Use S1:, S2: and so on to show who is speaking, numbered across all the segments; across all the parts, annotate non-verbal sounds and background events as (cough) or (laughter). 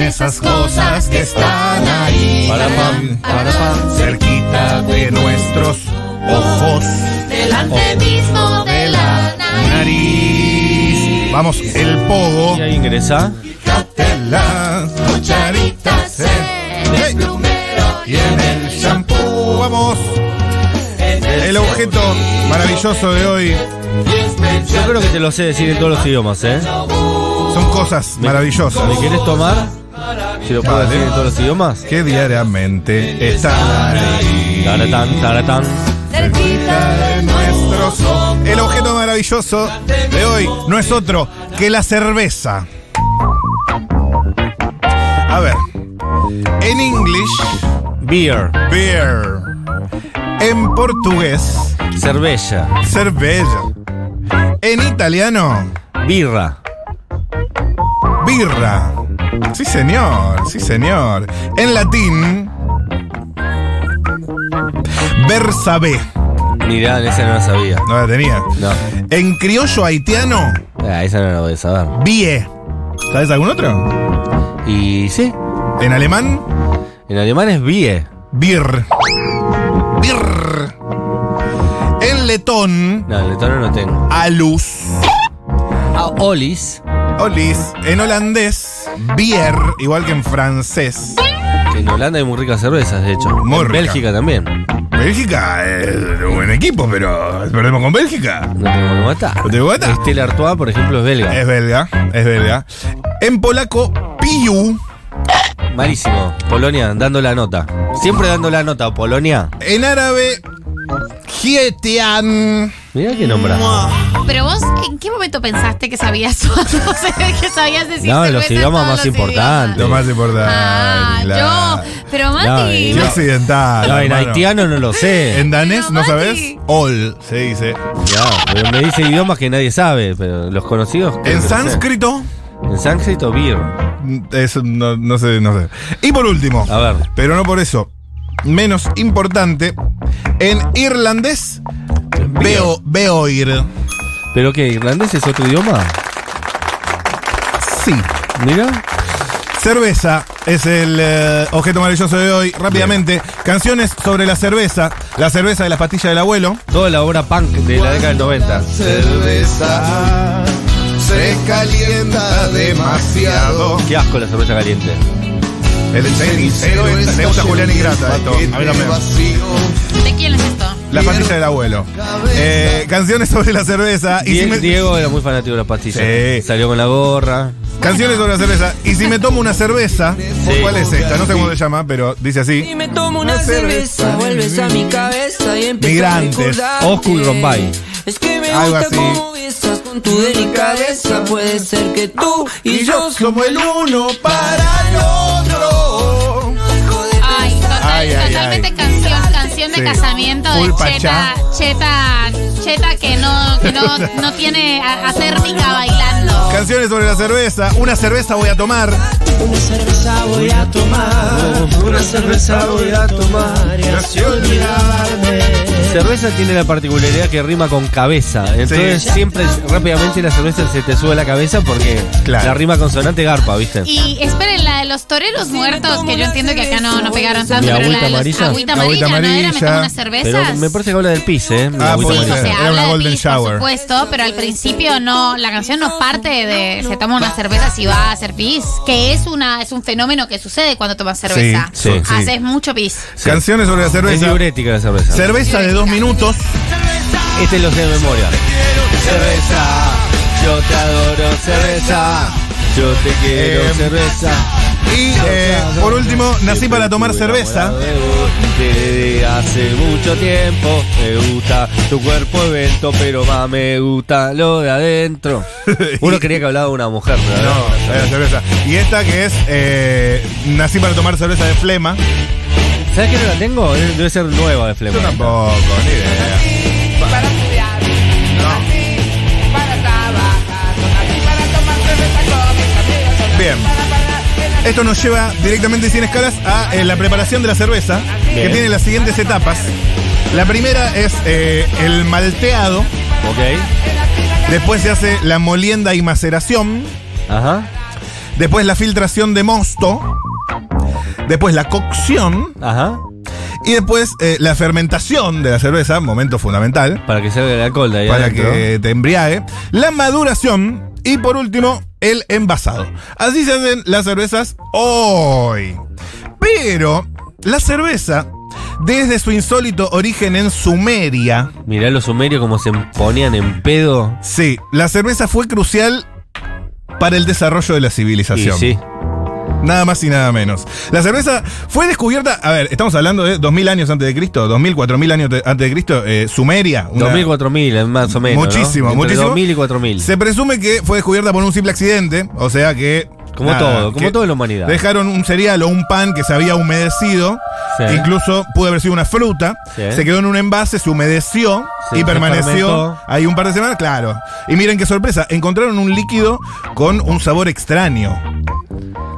S1: esas cosas que están ahí,
S2: Para, pam,
S1: para, pam,
S2: cerquita de nuestros ojos,
S1: delante mismo de la nariz.
S2: nariz. Vamos, el pogo.
S3: Y ahí ingresa.
S2: La
S1: Cucharitas en el plumero y en el
S2: shampoo. Vamos. El objeto maravilloso de hoy
S3: Yo creo que te lo sé decir en todos los idiomas, ¿eh?
S2: son cosas
S3: ¿Me
S2: maravillosas
S3: quieres tomar? Si lo puedo
S2: Dale.
S3: decir en todos los idiomas.
S2: que diariamente están ahí.
S3: Taratán, taratán.
S1: cerquita de
S2: nuestros ojos. El objeto maravilloso de hoy no es otro que la cerveza. A ver. En English,
S3: Beer.
S2: beer. En portugués,
S3: Cerveza.
S2: cerveza. En italiano,
S3: Birra.
S2: birra. Sí, señor, sí, señor. En latín, versabe.
S3: Mirá, esa no la sabía.
S2: No la tenía.
S3: No.
S2: En criollo haitiano,
S3: Ah, esa no la voy a saber.
S2: Bie. ¿Sabes algún otro?
S3: Y sí,
S2: En alemán,
S3: en alemán es Bie.
S2: Bier. Bier. En letón,
S3: No, el letón no tengo.
S2: Alus.
S3: Ah, olis.
S2: Olis. En holandés, Bier, igual que en francés.
S3: En Holanda hay muy ricas cervezas, de hecho.
S2: Muy
S3: en
S2: rica.
S3: Bélgica también. No
S2: Bélgica es un buen equipo, pero perdemos con Bélgica.
S3: tengo que matar.
S2: ¿No te mata?
S3: Estela Artois, por ejemplo, es belga.
S2: Es belga, es belga. En polaco, Piu.
S3: Malísimo. Polonia, dando la nota. Siempre dando la nota, Polonia.
S2: En árabe, Gietian.
S3: Mirá que nombra.
S1: Pero vos, ¿en qué momento pensaste que sabías (laughs) todo? O sea, que sabías decir
S3: No,
S1: cerveza
S3: los
S1: en
S3: idiomas más
S1: todos los
S3: importantes.
S2: Lo más importante.
S1: Ah,
S2: la-
S1: yo. Pero
S3: No,
S1: Mati.
S3: y-
S2: Qué
S3: Yo-
S1: Mati-
S2: occidental.
S3: No, en
S2: hermano.
S3: haitiano no lo sé.
S2: En danés,
S1: Pero,
S2: ¿no
S1: Mati.
S2: sabes? All se dice.
S3: No, pero me dice idiomas que nadie sabe, pero los conocidos.
S2: En
S3: creo que lo sé.
S2: sánscrito,
S3: En sánscrito, beer.
S2: eso no, no sé, no sé. Y por último,
S3: A ver.
S2: pero no por eso, menos importante, en irlandés, veo, veo ir.
S3: ¿Pero qué? ¿Irlandés es otro idioma?
S2: Sí.
S3: Mira.
S2: Cerveza es el eh, objeto maravilloso de hoy. Rápidamente, canciones sobre la cerveza. La cerveza de la pastilla del abuelo.
S3: Toda la obra punk de la década del 90.
S2: Cerveza se calienta demasiado.
S3: Qué asco la cerveza caliente.
S2: El cenicero es- le gusta Julián Ingrata esto. A mí también.
S1: ¿De quién es esto?
S2: La pastilla del abuelo. Eh, canciones sobre la cerveza. Y si
S3: Die-
S2: me-
S3: Diego era muy fanático de las pastillas.
S2: Sí.
S3: Salió con la gorra.
S2: Canciones sobre la cerveza. Y si me tomo una cerveza, ¿cuál es esta? No sé cómo se llama, pero dice
S4: Y
S2: así.
S4: me tomo una cerveza, vuelves a mi cabeza y empiezo
S2: Migrantes,
S4: a recordarte.
S3: Oscu y Rombay.
S4: Es que me
S2: Algo
S4: gusta
S2: así.
S4: cómo besas con tu delicadeza. Puede ser que tú y, yo
S2: somos el uno para el otro.
S1: Ay, total-
S2: Ay, ay,
S1: totalmente
S2: ay.
S1: canción, canción de
S2: Sí.
S1: casamiento de
S2: Full pachá.
S1: Cheta, Cheta, Cheta que no, que no, no tiene a, a térmica bailando.
S2: Canciones sobre la cerveza. Una cerveza voy a tomar.
S5: Una cerveza voy a tomar, una cerveza voy a tomar y así olvidarme.
S3: Cerveza tiene la particularidad que rima con cabeza. Entonces
S2: Sí.
S3: siempre rápidamente la cerveza se te sube a la cabeza porque
S2: Claro.
S3: la rima consonante garpa, ¿viste?
S1: Y esperen, la de los toreros muertos, que yo entiendo que acá no, no pegaron tanto,
S3: ¿Y
S1: pero la
S3: agüita
S1: de los-
S3: amarilla?
S1: agüita
S2: Agüita
S1: amarilla, ¿no era? ¿Me
S2: amarilla.
S1: tomo unas cervezas?
S3: Pero me parece que habla del pis, ¿eh? La agüita
S2: Ah, puede
S1: Sí, o
S3: amarilla.
S2: ser.
S1: sea,
S2: Era una
S1: habla de
S2: golden
S1: pis, por
S2: shower.
S1: supuesto, pero al principio no, la canción no parte de se toma unas cervezas y va a hacer pis, que es una, es un fenómeno que sucede cuando tomas cerveza.
S3: sí, sí.
S1: Haces mucho pis.
S3: Sí.
S2: Canciones sobre la
S3: Es
S2: cerveza.
S3: diurética la cerveza.
S2: Cerveza de dos minutos.
S3: este lo sé de memoria. Cerveza, yo te adoro, cerveza. Yo te quiero,
S2: Em,
S3: cerveza.
S2: Y
S3: Yo te
S2: eh,
S3: adoro.
S2: por último, nací para tomar
S3: Estoy
S2: cerveza.
S3: enamorado de vos Desde hace mucho tiempo me gusta tu cuerpo evento, pero más me gusta lo de
S2: (laughs)
S3: adentro. Uno quería que hablaba de una mujer, pero
S2: No, eh, era
S5: eh,
S2: la cerveza. Y esta que es eh, Nací para tomar cerveza de flema.
S3: ¿Sabes que no la tengo? Eh, Debe ser nueva de Flema.
S2: Yo tampoco, ni idea.
S6: para estudiar, así para trabajar, así para tomar cerveza con mis amigos, así
S2: Bien.
S6: para parar en la
S2: Esto nos lleva directamente sin escalas a eh, la preparación de la cerveza, que
S3: Bien.
S2: tiene las siguientes etapas. La primera es eh, el malteado,
S3: Ok.
S2: después se hace la molienda y maceración,
S3: Ajá.
S2: después la filtración de mosto, Después la cocción.
S3: Ajá.
S2: Y después eh, la fermentación de la cerveza, momento fundamental,
S3: Para que salga el alcohol de ahí
S2: para
S3: adentro.
S2: que te embriague. La maduración. Y por último, el envasado. Así se hacen las cervezas hoy. Pero la cerveza, desde su insólito origen en Sumeria,
S3: Mirá los sumerios como se ponían en pedo.
S2: sí, la cerveza fue crucial para el desarrollo de la
S3: Y
S2: civilización.
S3: sí.
S2: Nada más y nada menos. La cerveza fue descubierta, a ver, estamos hablando de 2000 años antes de Cristo, 2000, 4000 años te- antes de Cristo, eh, Sumeria. una-
S3: 2000, 4000, eh, más o menos. ¿no?
S2: Muchísimo,
S3: Entre
S2: muchísimo.
S3: 2000 y 4000.
S2: Se presume que fue descubierta por un simple accidente, o sea que...
S3: Como todo, como
S2: que
S3: toda la humanidad.
S2: Dejaron un cereal o un pan que se había humedecido,
S3: Sí.
S2: incluso pudo haber sido una fruta,
S3: Sí.
S2: se quedó en un envase, se humedeció
S3: Sí,
S2: y
S3: se
S2: permaneció
S3: fermentó.
S2: ahí un par de semanas, claro. Y miren qué sorpresa, encontraron un líquido con un sabor extraño.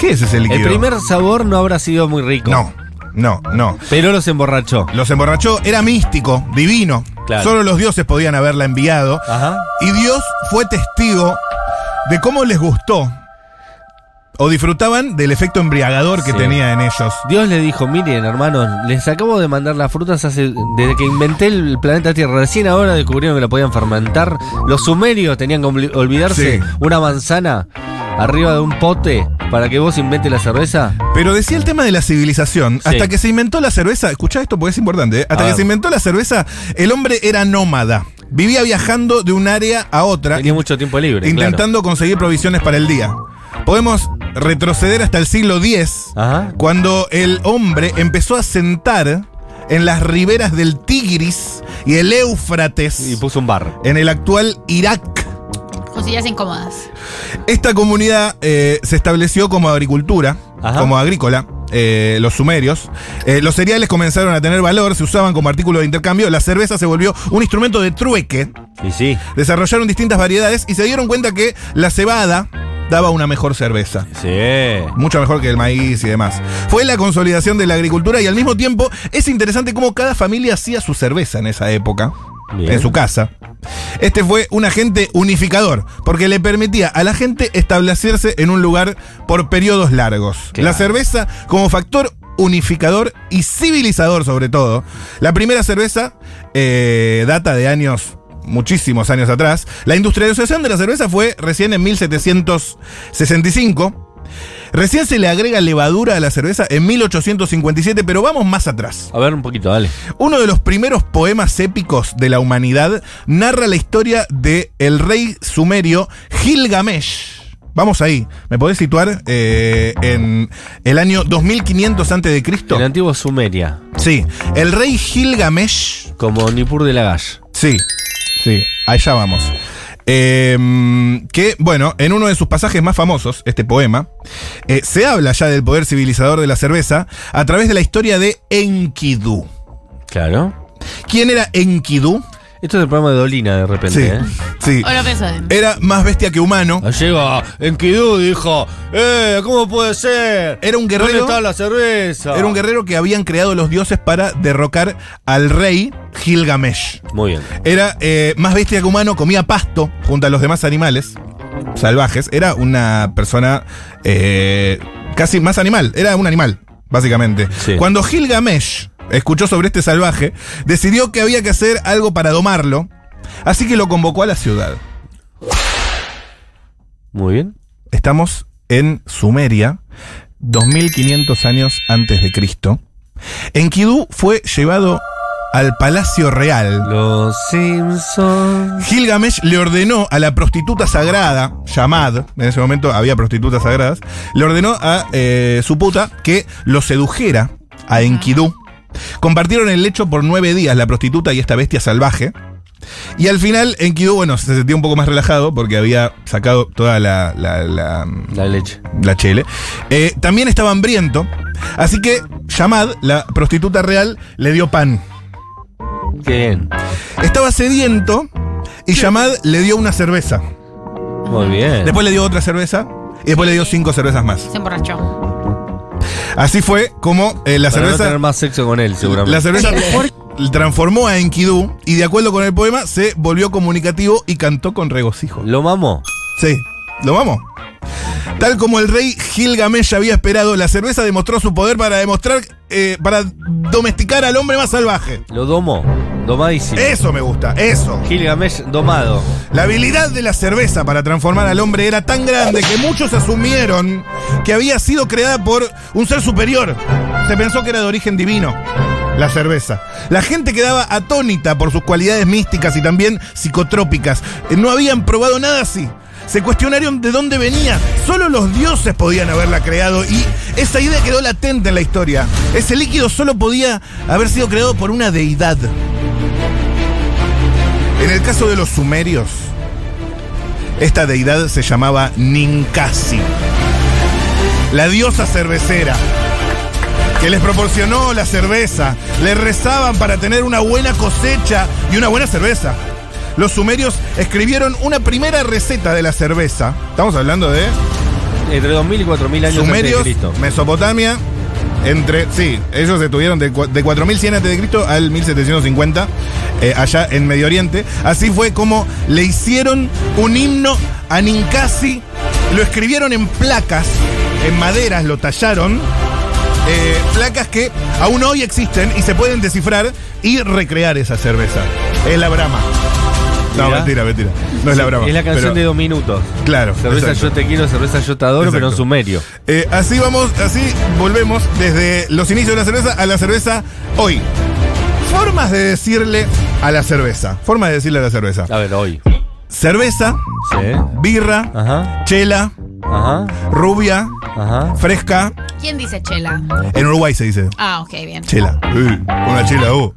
S2: ¿Qué es ese líquido?
S3: El primer sabor no habrá sido muy rico.
S2: No, no, no.
S3: Pero los emborrachó.
S2: Los emborrachó, era místico, divino.
S3: Claro.
S2: Solo los dioses podían haberla enviado.
S3: Ajá.
S2: Y Dios fue testigo de cómo les gustó o disfrutaban del efecto embriagador que
S3: Sí.
S2: tenía en ellos.
S3: Dios le dijo, miren hermanos, les acabo de mandar las frutas hace, desde que inventé el planeta Tierra. Recién ahora descubrieron que la podían fermentar. Los sumerios tenían que obli- olvidarse
S2: Sí.
S3: una manzana arriba de un pote para que vos inventes la cerveza.
S2: Pero decía el tema de la civilización.
S3: Sí.
S2: Hasta que se inventó la cerveza, escuchá esto porque es importante. ¿eh? Hasta
S3: A
S2: que
S3: ver.
S2: se inventó la cerveza, el hombre era nómada. Vivía viajando de un área a otra.
S3: Tenía mucho tiempo libre.
S2: intentando conseguir provisiones para el día. Podemos retroceder hasta el siglo X,
S3: Ajá.
S2: cuando el hombre empezó a sentar en las riberas del Tigris y el Éufrates,
S3: claro. Y puso un bar.
S2: en el actual Irak.
S1: Cosillas incómodas.
S2: Esta comunidad eh, se estableció como agricultura,
S3: Ajá.
S2: como agrícola. eh, los sumerios. Eh, los cereales comenzaron a tener valor, se usaban como artículo de intercambio, la cerveza se volvió un instrumento de trueque.
S3: Y sí,
S2: Desarrollaron distintas variedades y se dieron cuenta que la cebada daba una mejor cerveza.
S3: sí.
S2: Mucho mejor que el maíz y demás. Fue la consolidación de la agricultura y al mismo tiempo es interesante cómo cada familia hacía su cerveza en esa época,
S3: Bien.
S2: en su casa. Este fue un agente unificador, porque le permitía a la gente establecerse en un lugar por periodos largos.
S3: Claro.
S2: La cerveza como factor unificador y civilizador sobre todo. La primera cerveza eh, data de años, muchísimos años atrás. La industrialización de la cerveza fue recién en 1765. Recién se le agrega levadura a la cerveza en 1857, pero vamos más atrás.
S3: A ver un poquito, dale.
S2: Uno de los primeros poemas épicos de la humanidad narra la historia de el rey sumerio Gilgamesh. Vamos ahí, ¿me podés situar eh, en el año 2500 antes de Cristo?
S3: El antiguo Sumeria,
S2: Sí, el rey Gilgamesh.
S3: como Nippur de Lagash.
S2: Sí, sí, allá vamos. Eh, que, bueno, en uno de sus pasajes más famosos, este poema, eh, se habla ya del poder civilizador de la cerveza a través de la historia de Enkidu.
S3: Claro.
S2: ¿Quién era Enkidu?
S3: Esto es el programa de Dolina de repente,
S2: Sí,
S3: ¿eh?
S2: sí.
S1: O lo pensó en-
S2: Era más bestia que humano.
S3: Llega Enkidu dijo, eh, ¿cómo puede ser?
S2: Era un guerrero.
S3: ¿Dónde está la cerveza?
S2: Era un guerrero que habían creado los dioses para derrocar al rey Gilgamesh.
S3: Muy bien.
S2: Era eh, más bestia que humano, comía pasto junto a los demás animales salvajes. Era una persona eh, casi más animal. Era un animal, básicamente.
S3: Sí.
S2: Cuando Gilgamesh escuchó sobre este salvaje, decidió que había que hacer algo para domarlo. Así que lo convocó a la ciudad.
S3: Muy bien.
S2: Estamos en Sumeria, 2500 años antes de Cristo. Enkidu fue llevado al palacio real.
S3: Los Simpsons.
S2: Gilgamesh le ordenó a la prostituta sagrada, Yamad, en ese momento había prostitutas sagradas, le ordenó a eh, su puta que lo sedujera a Enkidu. Compartieron el lecho por nueve días la prostituta y esta bestia salvaje. Y al final Enkidu, bueno, se sentía un poco más relajado porque había sacado toda la- la- la mm,
S3: La leche.
S2: la Chele. Eh, también estaba hambriento. Así que Yamad, la prostituta real, le dio pan.
S3: Qué bien.
S2: Estaba sediento y Yamad le dio una cerveza.
S3: Muy bien.
S2: Después le dio otra cerveza y después le dio cinco cervezas más.
S1: Se emborrachó.
S2: Así fue como eh, la
S3: Para no
S2: cerveza.
S3: tener más sexo con él, seguramente.
S2: la cerveza transformó a Enkidu y de acuerdo con el poema se volvió comunicativo y cantó con regocijo.
S3: Lo mamó.
S2: Sí, lo vamos. Tal como el rey Gilgamesh había esperado, la cerveza demostró su poder para demostrar, eh, para domesticar al hombre más salvaje.
S3: Lo domo, domadísimo.
S2: Eso me gusta, eso.
S3: Gilgamesh domado.
S2: La habilidad de la cerveza para transformar al hombre era tan grande que muchos asumieron que había sido creada por un ser superior. Se pensó que era de origen divino. La cerveza. La gente quedaba atónita por sus cualidades místicas y también psicotrópicas. Eh, No habían probado nada así. Se cuestionaron de dónde venía. Solo los dioses podían haberla creado y esa idea quedó latente en la historia. Ese líquido solo podía haber sido creado por una deidad. En el caso de los sumerios, esta deidad se llamaba Ninkasi, la diosa cervecera, que les proporcionó la cerveza, les rezaban para tener una buena cosecha y una buena cerveza. Los sumerios escribieron una primera receta de la cerveza. Estamos hablando de
S3: Entre 2000 y 4000 años
S2: sumerios,
S3: antes de Cristo.
S2: Mesopotamia, entre, sí, ellos estuvieron de, cua- de 4100 antes de Cristo al 1750 eh, allá en Medio Oriente. Así fue como le hicieron un himno a Ninkasi, lo escribieron en placas, en maderas, lo tallaron. eh, placas que aún hoy existen y se pueden descifrar y recrear esa cerveza. Es la Brahma. No,
S3: Mirá.
S2: mentira, mentira. No es la Brahma.
S3: Es la canción
S2: pero-
S3: de dos minutos.
S2: Claro.
S3: Cerveza
S2: exacto.
S3: yo te quiero, cerveza yo te adoro,
S2: Exacto.
S3: pero en sumerio.
S2: Eh, así vamos, así volvemos desde los inicios de la cerveza a la cerveza hoy. Formas de decirle a la cerveza. Formas de decirle a la cerveza.
S3: A ver, hoy.
S2: Cerveza,
S3: Sí.
S2: birra,
S3: Ajá,
S2: chela,
S3: ajá,
S2: rubia,
S3: ajá.
S2: fresca.
S1: ¿Quién dice chela?
S2: En Uruguay se dice
S1: Ah, ok, bien.
S2: chela. Eh, una chela, uh.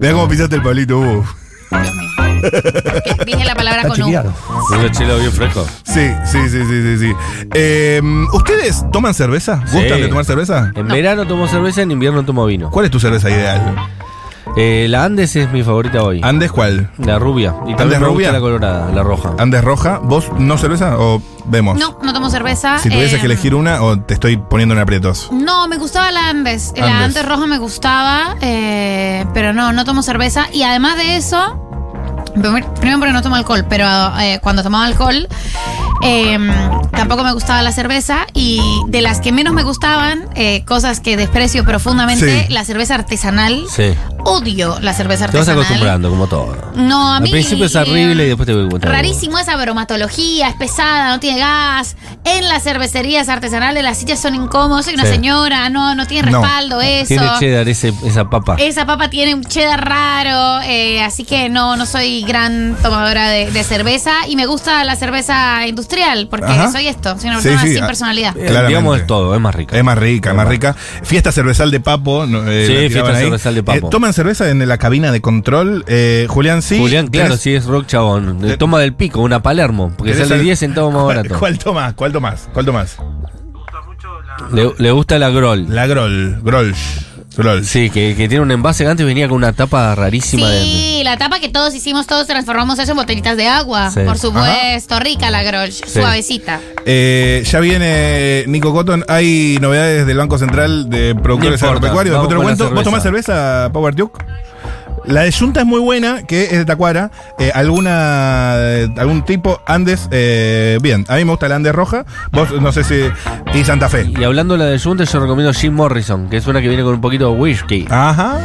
S2: Mira cómo pisaste el palito, uh.
S1: Dios mío. Porque Dije la palabra con U.
S3: Una chela bien fresco.
S2: Sí, sí, sí, sí, sí. sí. Eh, ¿Ustedes toman cerveza? ¿Gustan
S3: Sí.
S2: de tomar cerveza?
S3: En verano tomo cerveza, en invierno tomo vino.
S2: ¿Cuál es tu cerveza ideal?
S3: Eh, la Andes es mi favorita hoy.
S2: ¿Andes cuál?
S3: La rubia. Y
S2: Ah. ¿Andes
S3: también me
S2: rubia? Ah.
S3: gusta la colorada, la roja.
S2: ¿Andes roja? ¿Vos no cerveza o vemos?
S1: No, no tomo cerveza.
S2: Si tuvieses
S1: eh,
S2: que elegir una o te estoy poniendo en aprietos.
S1: No, me gustaba la Andes. La
S2: Andes.
S1: Andes roja me gustaba, eh, pero no, no tomo cerveza. Y además de eso, primer- primero porque no tomo alcohol, pero eh, cuando tomaba alcohol, eh, tampoco me gustaba la cerveza. Y de las que menos me gustaban, eh, cosas que desprecio profundamente,
S2: Sí.
S1: la cerveza artesanal.
S3: Sí.
S1: Odio la cerveza
S3: Te vas
S1: artesanal.
S3: acostumbrando, como todo.
S1: No, a
S3: Al
S1: mí.
S3: principio es
S1: eh,
S3: horrible y después te voy gustando.
S1: Rarísimo esa bromatología, es pesada, no tiene gas. En las cervecerías artesanales las sillas son incómodas, soy una
S3: Sí.
S1: señora, no, no tiene
S2: No.
S1: respaldo eso. Eh,
S3: Tiene cheddar ese- esa papa.
S1: Esa papa tiene un cheddar raro, eh, así que no, no soy gran tomadora de, de cerveza y me gusta la cerveza industrial porque
S2: Ajá.
S1: soy esto, soy una
S2: Sí,
S1: persona
S2: sí,
S1: sin
S2: ah.
S1: personalidad.
S3: Eh,
S2: claramente. Eh,
S3: digamos es todo, es más rica.
S2: Es más rica, es más rica. Fiesta cervezal de papo. no, eh,
S3: Sí,
S2: la tiraban
S3: fiesta
S2: ahí.
S3: cervezal de papo.
S2: Eh, ¿Toman cerveza en la cabina de control? Eh, Julián, sí.
S3: Julián, claro,
S2: ¿Tenés-
S3: sí es rock chabón.
S2: Te-
S3: Toma del pico, una Palermo, porque
S2: tenés
S3: sale
S2: al-
S3: 10 centavos más
S2: (laughs) ¿Cuál-
S3: barato.
S2: ¿Cuál tomás? ¿Cuál tomás? ¿Cuál tomás?
S3: Le, le gusta la Grol.
S2: La Grol. Grolsch. Grolsch.
S3: Sí, que, que tiene un envase que antes venía con una tapa rarísima de.
S1: Sí, la tapa que todos hicimos, todos transformamos eso en botellitas de agua,
S3: Sí.
S1: por supuesto, rica la grolsch, suavecita.
S2: Eh, ya viene Nico Cotton. Hay novedades del Banco Central de Productores
S3: No importa,
S2: Agropecuarios. Después
S3: vamos
S2: te lo
S3: con la
S2: cuento. ¿Vos tomás
S3: cerveza.
S2: cerveza, Power Duke? La de Junta es muy buena, que es de Tacuara. Eh, alguna, eh, algún tipo, Andes, eh, bien. A mí me gusta la Andes roja. Vos, no sé si. Y Santa Fe.
S3: Y hablando de la de Junta, yo recomiendo Jim Morrison, que es una que viene con un poquito de whisky.
S2: Ah, Ajá.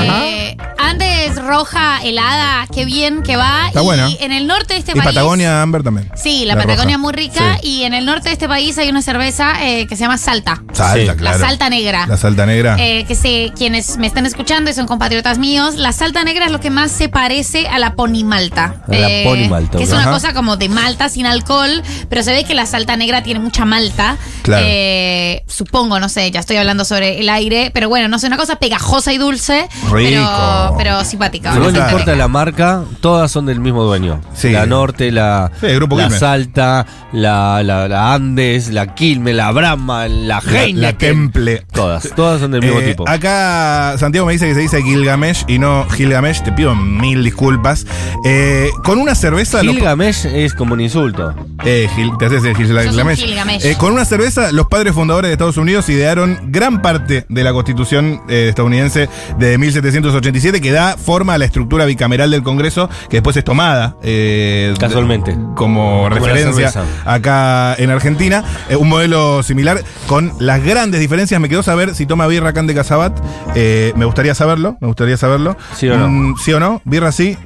S2: Ajá.
S1: Eh, Andes roja, helada, qué bien que va.
S2: Está
S1: y
S2: buena.
S1: en el norte de este
S2: y
S1: país.
S2: Patagonia Amber también.
S1: Sí, la,
S2: La
S1: Patagonia
S2: roja.
S1: muy rica.
S2: Sí.
S1: Y en el norte de este país hay una cerveza eh, que se llama Salta.
S2: Salta, claro.
S1: La Salta Negra.
S2: La salta negra.
S1: Eh, que sé, quienes me están escuchando y son compatriotas míos, la salta negra es lo que más se parece a la ponimalta. Eh,
S3: A la ponimalta,
S1: Que es
S3: ok.
S1: una
S2: Ajá.
S1: cosa como de malta sin alcohol, pero se ve que la salta negra tiene mucha malta.
S2: Claro.
S1: Eh, supongo, no sé, ya estoy hablando sobre el aire, pero bueno, no sé, una cosa pegajosa y dulce,
S2: Rico.
S1: Pero, pero simpática.
S3: Pero
S1: una
S3: no
S2: Claro.
S1: salta
S3: importa
S1: negra.
S3: la marca, todas son del mismo dueño.
S2: Sí.
S3: La Norte, la,
S2: Sí, el Grupo
S3: la
S2: Quilmes.
S3: Salta, la, la- la Andes, la Quilme, la Brahma, la
S2: La-
S3: Heineken.
S2: la Temple.
S3: Todas, todas son del mismo
S2: Eh,
S3: tipo.
S2: Acá Santiago me dice que se dice Gilgamesh y no Gilgamesh. Te pido mil disculpas. Eh, con una cerveza. los-
S3: Gilgamesh es como un insulto.
S2: eh, Gil- te haces el Gil-
S1: un
S2: Gilgamesh.
S1: Gilgamesh.
S2: Eh, con una cerveza, los padres fundadores de Estados Unidos idearon gran parte de la constitución eh, estadounidense de 1787 que da reforma a la estructura bicameral del Congreso, que después es tomada. eh,
S3: Casualmente.
S2: Como
S3: la
S2: referencia
S3: cerveza.
S2: acá en Argentina. Eh, un modelo similar con las grandes diferencias. Me quedó saber si toma birra Can de Casabat. Eh, me gustaría saberlo, me gustaría saberlo.
S3: ¿Sí o no?
S2: Mm, ¿Sí o no? ¿Birra sí?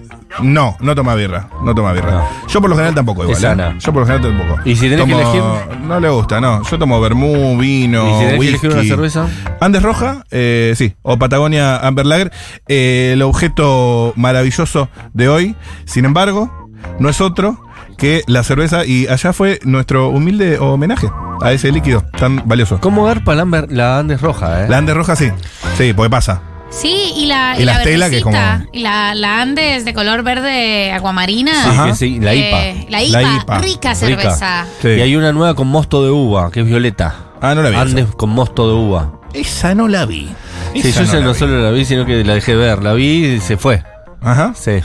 S2: No, no toma birra, no toma birra.
S3: No.
S2: Yo por lo general tampoco igual.
S3: Es
S2: ¿eh?
S3: sana.
S2: Yo por lo general tampoco.
S3: Pues ¿Y si tenés que elegir?
S2: No le gusta, no. Yo tomo vermú, vino,
S3: ¿Y si tenés que
S2: whisky.
S3: elegir una cerveza?
S2: Andes Roja, eh, sí, o Patagonia Amber Lager, eh, el objeto maravilloso de hoy. Sin embargo, no es otro que la cerveza y allá fue nuestro humilde homenaje a ese líquido tan valioso.
S3: ¿Cómo garpa la, Amber- la Andes roja, eh?
S2: La Andes Roja, sí, sí, porque pasa.
S1: Sí, y la,
S2: Y
S1: y
S2: la
S1: la,
S2: Stella, que es
S1: verdecita,
S2: como-
S1: y la, la Andes de color verde aguamarina.
S3: Sí,
S2: Ajá.
S3: que sí, la IPA.
S1: Eh, la IPA.
S2: La IPA.
S1: Rica
S3: Rica.
S1: cerveza.
S2: Sí.
S3: Y hay una nueva con mosto de uva, que es violeta.
S2: Ah, no la vi.
S3: Andes con mosto de uva.
S2: Esa no la vi.
S3: Sí,
S2: Esa
S3: yo ya
S2: la
S3: no
S2: vi.
S3: solo la vi, sino que la dejé ver. La vi y se fue.
S2: Ajá,
S3: Sí.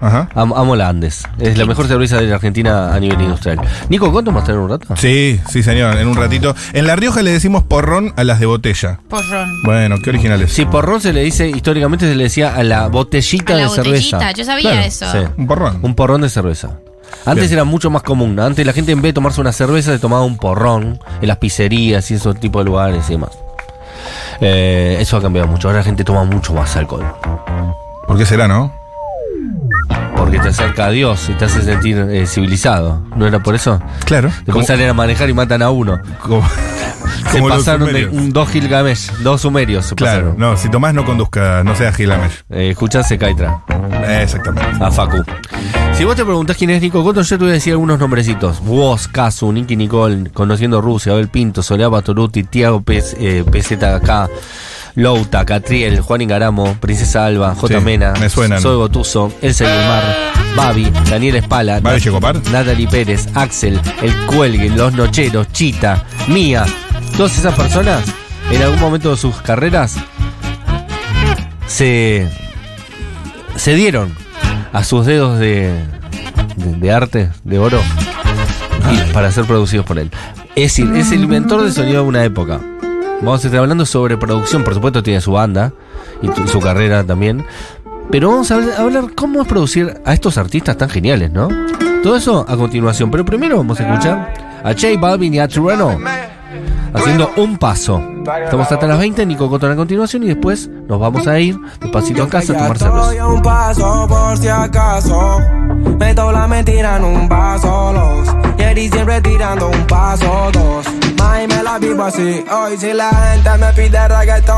S2: ajá.
S3: Am- (laughs) amo la Andes. Es la mejor cerveza de la Argentina a nivel industrial. Nico, ¿cuánto más tener un rato?
S2: Sí, sí, señor, en un ratito. En La Rioja le decimos porrón a las de botella.
S1: Porrón.
S2: Bueno, qué originales.
S3: Si porrón se le dice, históricamente se le decía a la botellita
S1: A la
S3: de
S1: botellita,
S3: cerveza.
S1: yo sabía
S2: Claro,
S1: eso.
S3: Sí.
S2: Un porrón.
S3: Un porrón de cerveza. Antes
S2: Bien.
S3: era mucho más común. Antes la gente en vez de tomarse una cerveza se tomaba un porrón en las pizzerías y esos tipos de lugares y demás. Eh, eso ha cambiado mucho. Ahora la gente toma mucho más alcohol.
S2: ¿Por qué será, no?
S3: Porque te acerca a Dios y te hace sentir eh, civilizado. ¿No era por eso?
S2: Claro.
S3: Después salen a manejar y matan a uno.
S2: como-
S3: Se
S2: como los
S3: pasaron de
S2: sumerios.
S3: un- dos Gilgamesh, dos sumerios. Se
S2: Claro,
S3: pasaron.
S2: no, si Tomás no conduzca, no sea Gilamesh.
S3: Eh, escuchase Kaitra,
S2: Exactamente.
S3: a Facu. Si vos te preguntás quién es Nico Cotton, yo te voy a decir algunos nombrecitos. Vos, Casu, Nicky Nicole, Conociendo Rusia, Abel Pinto, Soledad Patoruti, Tiago Pez, eh, PZK, Louta, Catriel, Juan Ingaramo, Princesa Alba, J.
S2: Sí,
S3: Mena,
S2: me suenan.
S3: Soy Gotuso, Elsa Guimar, Babi, Daniel Espala,
S2: ¿Babi
S3: Nat-
S2: Checopar?
S3: Natalie Pérez, Axel, El Cuelgue, Los Nocheros, Chita, Mía. Todas esas personas, en algún momento de sus carreras, se, se dieron a sus dedos de, de, de arte, de oro, y para ser producidos por él. Es decir, es el inventor del sonido de una época. Vamos a estar hablando sobre producción, por supuesto tiene su banda y tu- su carrera también. Pero vamos a habl- a hablar cómo es producir a estos artistas tan geniales, ¿no? Todo eso a continuación, pero primero vamos a escuchar a J Balvin y a Trueno haciendo un paso. Estamos hasta las 20, Nico Cotón a continuación y después nos vamos a ir despacito a casa a tomar cerveza.
S4: Estoy a un paso por si acaso. Meto la mentira en un vaso, los. Y el diciembre tirando un paso, dos. May me la vivo así. Hoy si la gente me pide reggaetón.